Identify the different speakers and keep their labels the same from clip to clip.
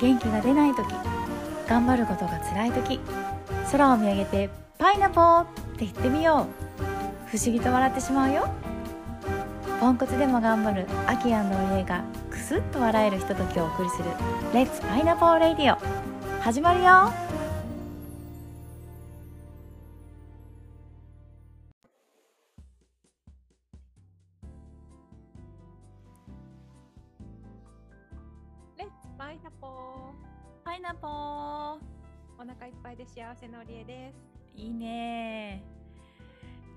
Speaker 1: 元気が出ない時頑張ることが辛い時空を見上げて「パイナポー!」って言ってみよう不思議と笑ってしまうよポンコツでも頑張るアキアンの家がクスッと笑えるひとときをお送りする「レッツパイナポーレディオ」始まるよ
Speaker 2: レッツパイナポ
Speaker 1: パイナポー
Speaker 2: ーお腹いっぱいで幸せのりえです
Speaker 1: いいね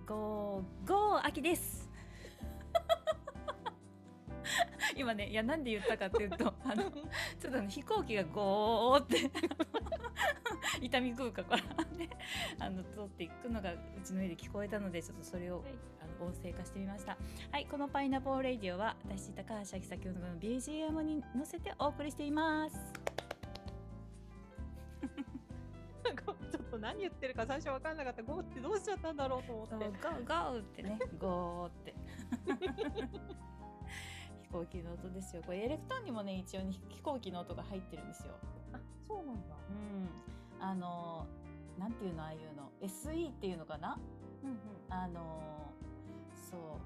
Speaker 1: ゴーゴー秋です 今ねいやなんで言ったかっていうとあのちょっと、ね、飛行機がゴーって 伊丹空港からねあの通っていくのがうちの家で聞こえたのでちょっとそれを、
Speaker 2: い
Speaker 1: あの音声化してみましたはいこの「パイナポーレディオは」私高橋明咲の BGM に乗せてお送りしています
Speaker 2: なんかちょっと何言ってるか最初わかんなかったゴーってどうしちゃったんだろうと思
Speaker 1: そう
Speaker 2: って
Speaker 1: ゴーゴーってねゴーって 飛行機の音ですよこれエレクトーンにもね一応に飛行機の音が入ってるんですよ
Speaker 2: あそうなんだ
Speaker 1: うんあのなんていうのああいうの SE っていうのかな
Speaker 2: うんうん
Speaker 1: あのそ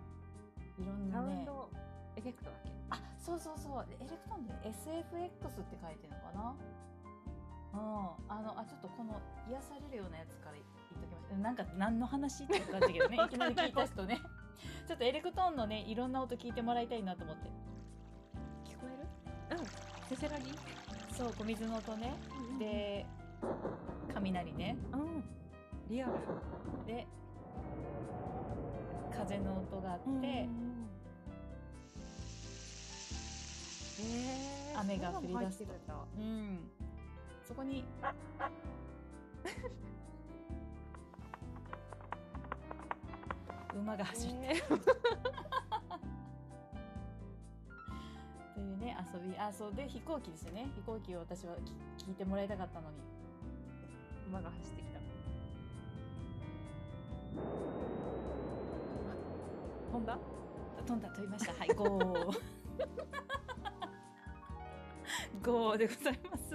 Speaker 1: ういろん
Speaker 2: サ
Speaker 1: な
Speaker 2: ウン
Speaker 1: ね
Speaker 2: ドエフェクトだっけ
Speaker 1: あそうそうそうエレクトーンで SFX って書いてるのかなうん、あのあちょっとこの癒されるようなやつから言っときましたなんか何の話って感じだけどね いきなり聞いた人ね ちょっとエレクトーンのねいろんな音聞いてもらいたいなと思って聞こ
Speaker 2: えるうんせせらぎ
Speaker 1: えるそう小水の音ね
Speaker 2: で
Speaker 1: で雷ね
Speaker 2: うんリアル
Speaker 1: で風の音があって、
Speaker 2: でえー
Speaker 1: 雨が降り出す
Speaker 2: そんなの入ってるんだ
Speaker 1: うん、そこに。馬が走る
Speaker 2: えー
Speaker 1: というね遊びあそうで飛行機ですよね飛行機を私はき聞いてもらいたかったのに
Speaker 2: 馬が走ってきたあ飛んだ
Speaker 1: 飛んだ飛びましたはいゴー ゴーでございます、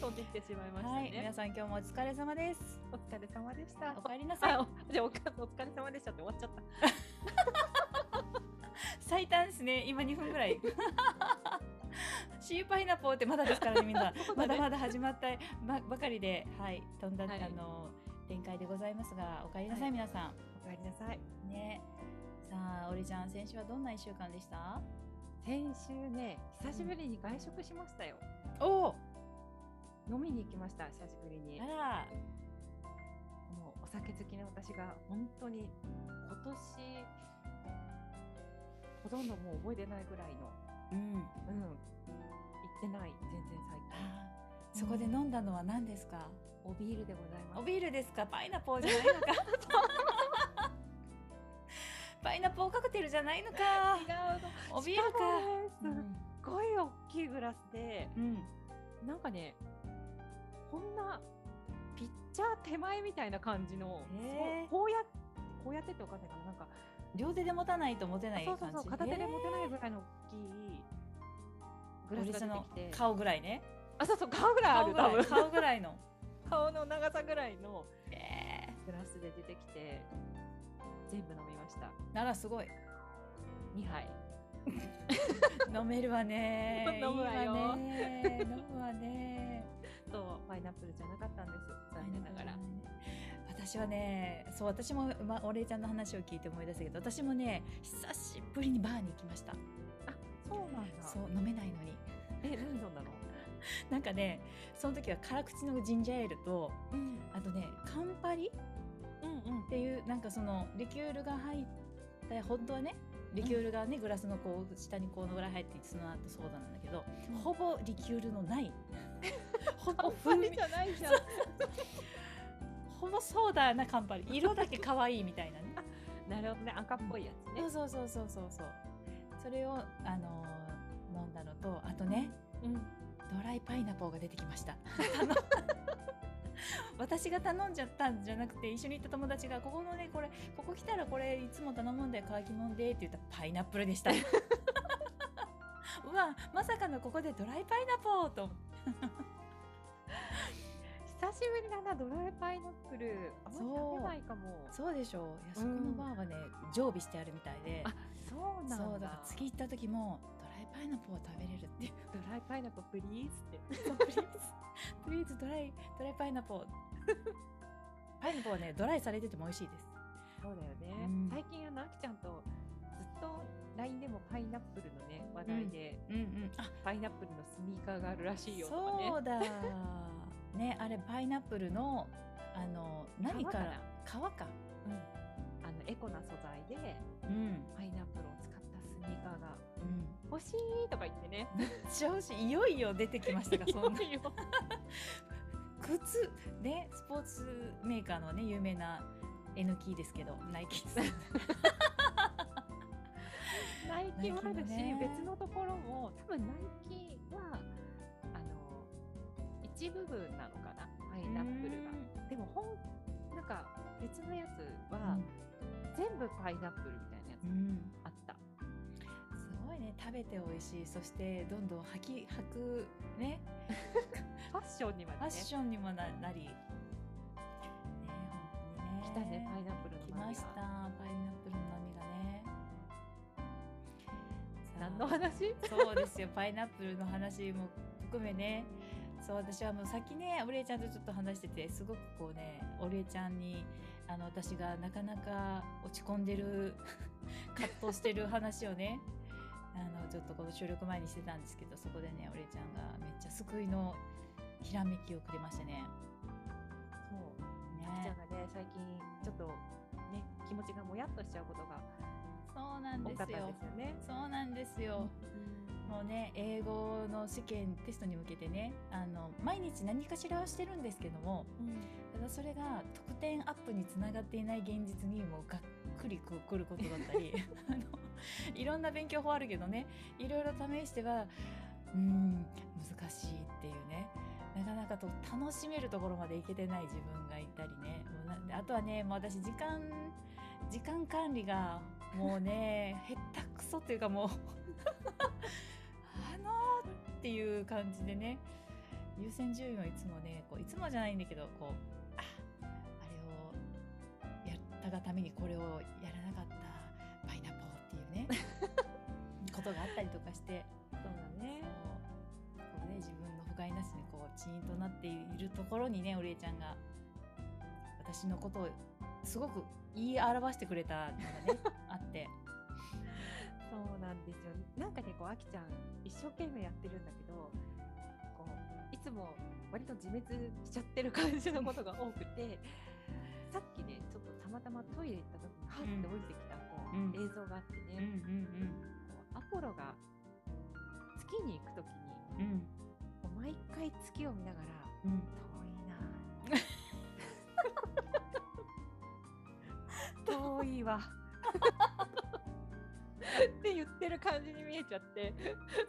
Speaker 2: 飛んできてしまいました
Speaker 1: はい
Speaker 2: ね
Speaker 1: 皆さん今日もお疲れ様です
Speaker 2: お疲れ様でした
Speaker 1: お帰りなさい
Speaker 2: あ、おじゃあおかお疲れ様でしたって終わっちゃった。
Speaker 1: 最短ですね今2分ぐらいシーパイナポーってまだですからねみんな、
Speaker 2: そう
Speaker 1: ま
Speaker 2: だね
Speaker 1: だまだ始まったばばかりではい飛んだ、
Speaker 2: はい
Speaker 1: あの展開でございますがお帰りなさい、
Speaker 2: はい
Speaker 1: 皆さ
Speaker 2: お帰りなさい。
Speaker 1: んねさあおりちゃん先週はどんな1週間でした
Speaker 2: 先週ね、久しぶりに外食しましたよ。
Speaker 1: おお
Speaker 2: 飲みに行きました、久しぶりに。
Speaker 1: あ
Speaker 2: も
Speaker 1: ら
Speaker 2: うお酒好きの私が本当に今年ほとんどもう覚えてないぐらいの、
Speaker 1: うん
Speaker 2: うん、行ってない全然最
Speaker 1: あ
Speaker 2: 近。
Speaker 1: ーそこで飲んだのは何ですか、
Speaker 2: おビールでございます。
Speaker 1: おビールですかパイナポーじゃない のかパイナポーカクテルじゃないのか
Speaker 2: 違うの。
Speaker 1: おビールか
Speaker 2: しかもねすっごい大きいグラスで、
Speaker 1: うん、うん
Speaker 2: なんかね、こんなピッチャー手前みたいな感じの、
Speaker 1: へー
Speaker 2: そうこうやって、こうやってってわかんないかな、なんか、
Speaker 1: 両手で持たないと持てない
Speaker 2: そ
Speaker 1: 感
Speaker 2: う
Speaker 1: じ
Speaker 2: そうそう、片手で持てないぐらいの大きいグラスが出てきて、
Speaker 1: 顔ぐらいね
Speaker 2: あ、そうそう、顔ぐらいあ
Speaker 1: 顔
Speaker 2: る、
Speaker 1: ぐら
Speaker 2: 多
Speaker 1: い
Speaker 2: 分
Speaker 1: 顔ぐらいの
Speaker 2: 顔の長さぐらいの
Speaker 1: え
Speaker 2: グラスで出てきて、全部飲みました。
Speaker 1: ーならすごい
Speaker 2: 2杯。
Speaker 1: 飲めるわね
Speaker 2: 飲むわよ
Speaker 1: いいわね飲むわね
Speaker 2: と、パイナップルじゃなかったんです、残念ながら。
Speaker 1: 私はねそう私も、ま、お礼ちゃんの話を聞いて思い出したけど私もね久しぶりにバーに行きました
Speaker 2: そうなん
Speaker 1: そう飲めないのに
Speaker 2: え、何飲んだの
Speaker 1: なんかねその時は辛口のジンジャーエールと
Speaker 2: うん、
Speaker 1: あとねカンパリ
Speaker 2: うん、うん
Speaker 1: っ。ていうなんかそのリキュールが入った本当はねリキュールがね、グラスのこう下にこのぐらい入ってその後ソーダなんだけど、
Speaker 2: うん
Speaker 1: ほぼリキュールのない ほぼ風
Speaker 2: 風味
Speaker 1: 味
Speaker 2: じゃないじゃん。
Speaker 1: ほぼソーダなカンパリ色だけ可愛いみたいなね
Speaker 2: なるほどね、赤っぽいやつね
Speaker 1: そう。そうそうそうそうそうそれをあのー飲んだのとあとね
Speaker 2: うん、
Speaker 1: ドライパイナポーが出てきました あの私が頼んじゃったんじゃなくて一緒に行った友達がここのねこれここ来たらこれいつも頼むんだよ乾きもんでって言ったら パイナップルでしたうわまさかのここでドライパイナポーと思って
Speaker 2: 久しぶりだなドライパイナップルあんま
Speaker 1: そ
Speaker 2: り
Speaker 1: う
Speaker 2: 食べないかも
Speaker 1: そうでしょういやそこのバーはね、常備してあるみたいで
Speaker 2: あそうなんだ
Speaker 1: そうだから次行った時もドライパイナップルを食べれる っていう
Speaker 2: ドライパイナップルプリーズって
Speaker 1: そうプリーズプリーズドライドライパイナ ポーパイナポーはねドライされてても美味しいです
Speaker 2: そうだよね、
Speaker 1: うん
Speaker 2: 最近あのあきちゃんとずっと LINE でもパイナップルのね話題で、
Speaker 1: うんうんあ
Speaker 2: パイナップルのスニーカーがあるらしいよとかね
Speaker 1: そうだねあれパイナップルのあの何から皮か
Speaker 2: あのエコな素材で
Speaker 1: うん
Speaker 2: パイナップルを使ったスニーカーが
Speaker 1: うん
Speaker 2: 欲しいとか言っ てね
Speaker 1: 調子いよいよ出てきましたが そんない
Speaker 2: よいよ
Speaker 1: 靴ねスポーツメーカーのね有名な N キーですけどナイキです
Speaker 2: ナイキもあ
Speaker 1: ナイキも
Speaker 2: るし、
Speaker 1: ね
Speaker 2: 別のところも多分ナイキはあの一部分なのかなパイナップルが。でも本なんか別のやつは、全部パイナップルみたいなやつ
Speaker 1: うんうん
Speaker 2: あった。
Speaker 1: すごいね食べて美味しいそしてどんどん履き履くね
Speaker 2: ファッションにまで
Speaker 1: ファ
Speaker 2: ね
Speaker 1: ッションにもななりね本当にね
Speaker 2: 来たねパイナップル
Speaker 1: 来
Speaker 2: の波が
Speaker 1: ましたパイナップルの波がねさあ
Speaker 2: 何の話？
Speaker 1: そうですよパイナップルの話も含めねそう私はもうさっきねオリエちゃんとちょっと話しててすごくこうねオリエちゃんにあの私がなかなか落ち込んでる 葛藤してる話をねあのちょっとこの収録前にしてたんですけどそこでねオリエちゃんがめっちゃ救いのひらめきをくれましたね。
Speaker 2: そう。あきちゃん
Speaker 1: ね
Speaker 2: がね最近ちょっとね気持ちがもやっとしちゃうことが
Speaker 1: そうなん
Speaker 2: 多
Speaker 1: で
Speaker 2: かっ
Speaker 1: す
Speaker 2: たん
Speaker 1: よ
Speaker 2: ですよね。
Speaker 1: そうなんですよ。もうね英語の試験テストに向けてねあの毎日何かしらをしてるんですけども
Speaker 2: うん
Speaker 1: ただそれが得点アップにつながっていない現実にもうがっくりこう来ることだったりあのいろんな勉強法あるけどねいろいろ試してはうーん難しいっていうねなかなかと楽しめるところまでいけてない自分がいたりねもうなであとはねもう私時間時間管理がもうね下手くそっていうかもう あのーっていう感じでね優先順位をいつもねこういつもじゃないんだけどこうああれをやったがためにこれをやらなかったパイナポーっていうね ことがあったりとかして
Speaker 2: そうだね。
Speaker 1: こうね自分の不甲斐なしにこうチーンとなっているところにねお礼ちゃんが私のことをすごく言い表してくれた のがねあって
Speaker 2: そうなんですよ。なんかね、こう、あきちゃん、一生懸命やってるんだけど、こう、いつも割と自滅しちゃってる感じのことが多く て、さっきね、ちょっとたまたまトイレ行った時に、は
Speaker 1: うん
Speaker 2: って降りてきた、こう、
Speaker 1: うん
Speaker 2: 映像があって
Speaker 1: う
Speaker 2: ね、
Speaker 1: ん
Speaker 2: こうアポロが月に行く時に、
Speaker 1: うんうん
Speaker 2: こう毎回月を見ながら、
Speaker 1: うん
Speaker 2: 遠いな ぁ遠いわって言ってる感じに見えちゃって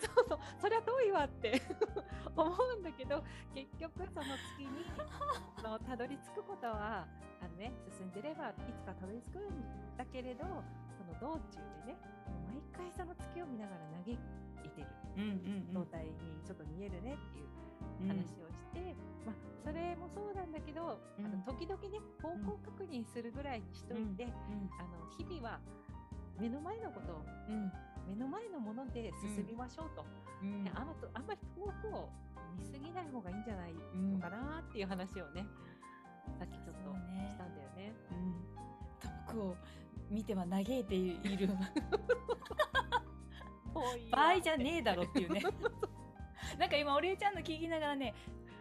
Speaker 2: そうそうそりゃ遠いわって思うんだけど結局その月にそのたどり着くことはあの、ね、進んでればいつかたどり着くんだけれどその道中でね毎回その月を見ながら嘆いてる
Speaker 1: うんうん
Speaker 2: 状態にちょっと見えるねっていう
Speaker 1: うん
Speaker 2: 話をして、まあ、それもそうなんだけど、
Speaker 1: うん
Speaker 2: あの時々ね方向確認するぐらいにしといて、あの日々は目の前のことを
Speaker 1: うん
Speaker 2: 目の前のもので進みましょうと、
Speaker 1: うん
Speaker 2: であんまとあんまり遠くを見すぎない方がいいんじゃないのかなっていう話をね、さっきちょっと
Speaker 1: そうね
Speaker 2: したんだよね。
Speaker 1: うん遠くを見ては嘆いている
Speaker 2: 遠いわ
Speaker 1: 場合じゃねえだろって いうねなんか今お礼ちゃんの聞きながらね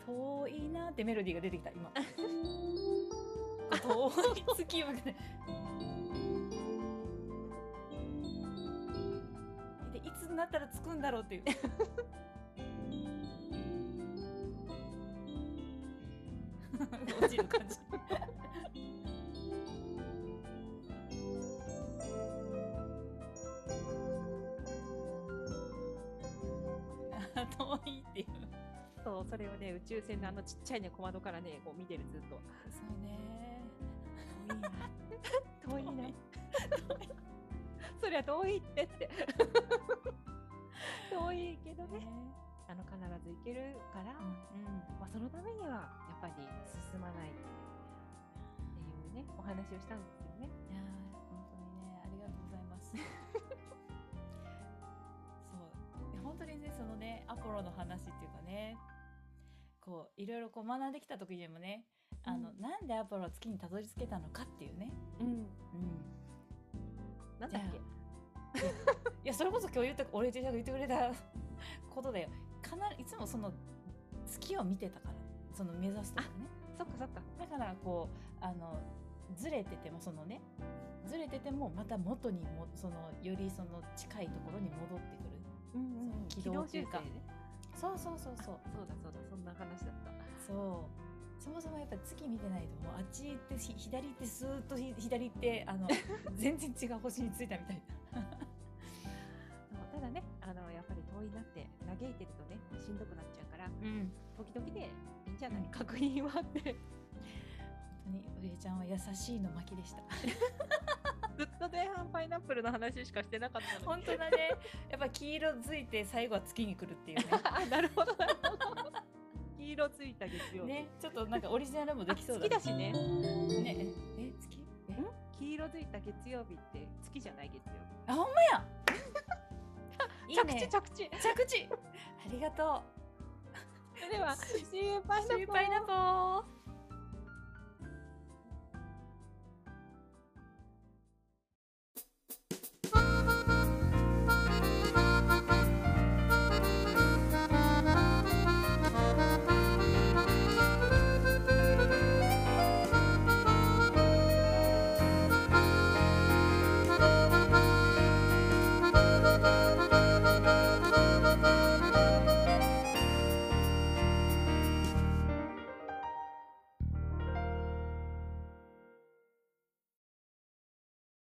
Speaker 1: 遠いなってメロディーが出てきた 今遠い月を見てでいつになったら着くんだろう っていう落ちる感じあ遠いっていう
Speaker 2: そうそれをね宇宙船のあのちっちゃいね小窓からねこう見てるずっと
Speaker 1: そうね
Speaker 2: 遠いな遠いな そりゃ遠いってって遠いけどね
Speaker 1: ね
Speaker 2: あの必ず行けるから、うんまあ、そのためにはやっぱり進まないっていうねお話をしたんですよね。
Speaker 1: いやー本当にねありがとうござい ますそういや本当にねそのねアポロの話っていうかねこういろいろこう学んできた時でもねあの、
Speaker 2: うん
Speaker 1: なんでアポロを月にたどり着けたのかっていうね、
Speaker 2: うん、
Speaker 1: うん、
Speaker 2: なんだっけ
Speaker 1: じゃいやそれこそ今日言った俺と医者が言ってくれたことだよかないつもその月を見てたからその目指すとかね
Speaker 2: そっかそっか。
Speaker 1: だからこうあのずれててもそのねずれててもまた元にもそのよりその近いところに戻ってくる
Speaker 2: うん
Speaker 1: うんうん
Speaker 2: 軌道修正
Speaker 1: 軌道修正
Speaker 2: ね。
Speaker 1: そうそうそうそう
Speaker 2: そうだそうだそんな話だった。
Speaker 1: そうそもそもやっぱ月見てないともうあっち行ってひ左行ってスーッとひ左行って あの全然違う星に着いたみたい
Speaker 2: そうただねあのやっぱり遠いなって嘆いてるとねしんどくなっちゃうから
Speaker 1: なうん
Speaker 2: 時々でいいんじゃない、
Speaker 1: うん
Speaker 2: 確認はって
Speaker 1: 本当に上ちゃんは優しいの巻きで した
Speaker 2: ずっと前半パイナップルの話しかしてなかったのに
Speaker 1: 本当だねやっぱ黄色づいて最後は月に来るって いう
Speaker 2: あなるほどなるほど 黄色ついた月曜
Speaker 1: ね
Speaker 2: 日
Speaker 1: ねちょっとなんかオリジナルもで
Speaker 2: あ
Speaker 1: きそう
Speaker 2: 月
Speaker 1: だ
Speaker 2: だしね
Speaker 1: しねええ月え
Speaker 2: 黄色ついた月曜日って月じゃない月曜
Speaker 1: あほんまやい
Speaker 2: 日
Speaker 1: いね
Speaker 2: 着地着
Speaker 1: 着地ありがと
Speaker 2: 地では See you パイ
Speaker 1: う
Speaker 2: ナ
Speaker 1: シュー
Speaker 2: ップル
Speaker 1: パイナポー
Speaker 2: 「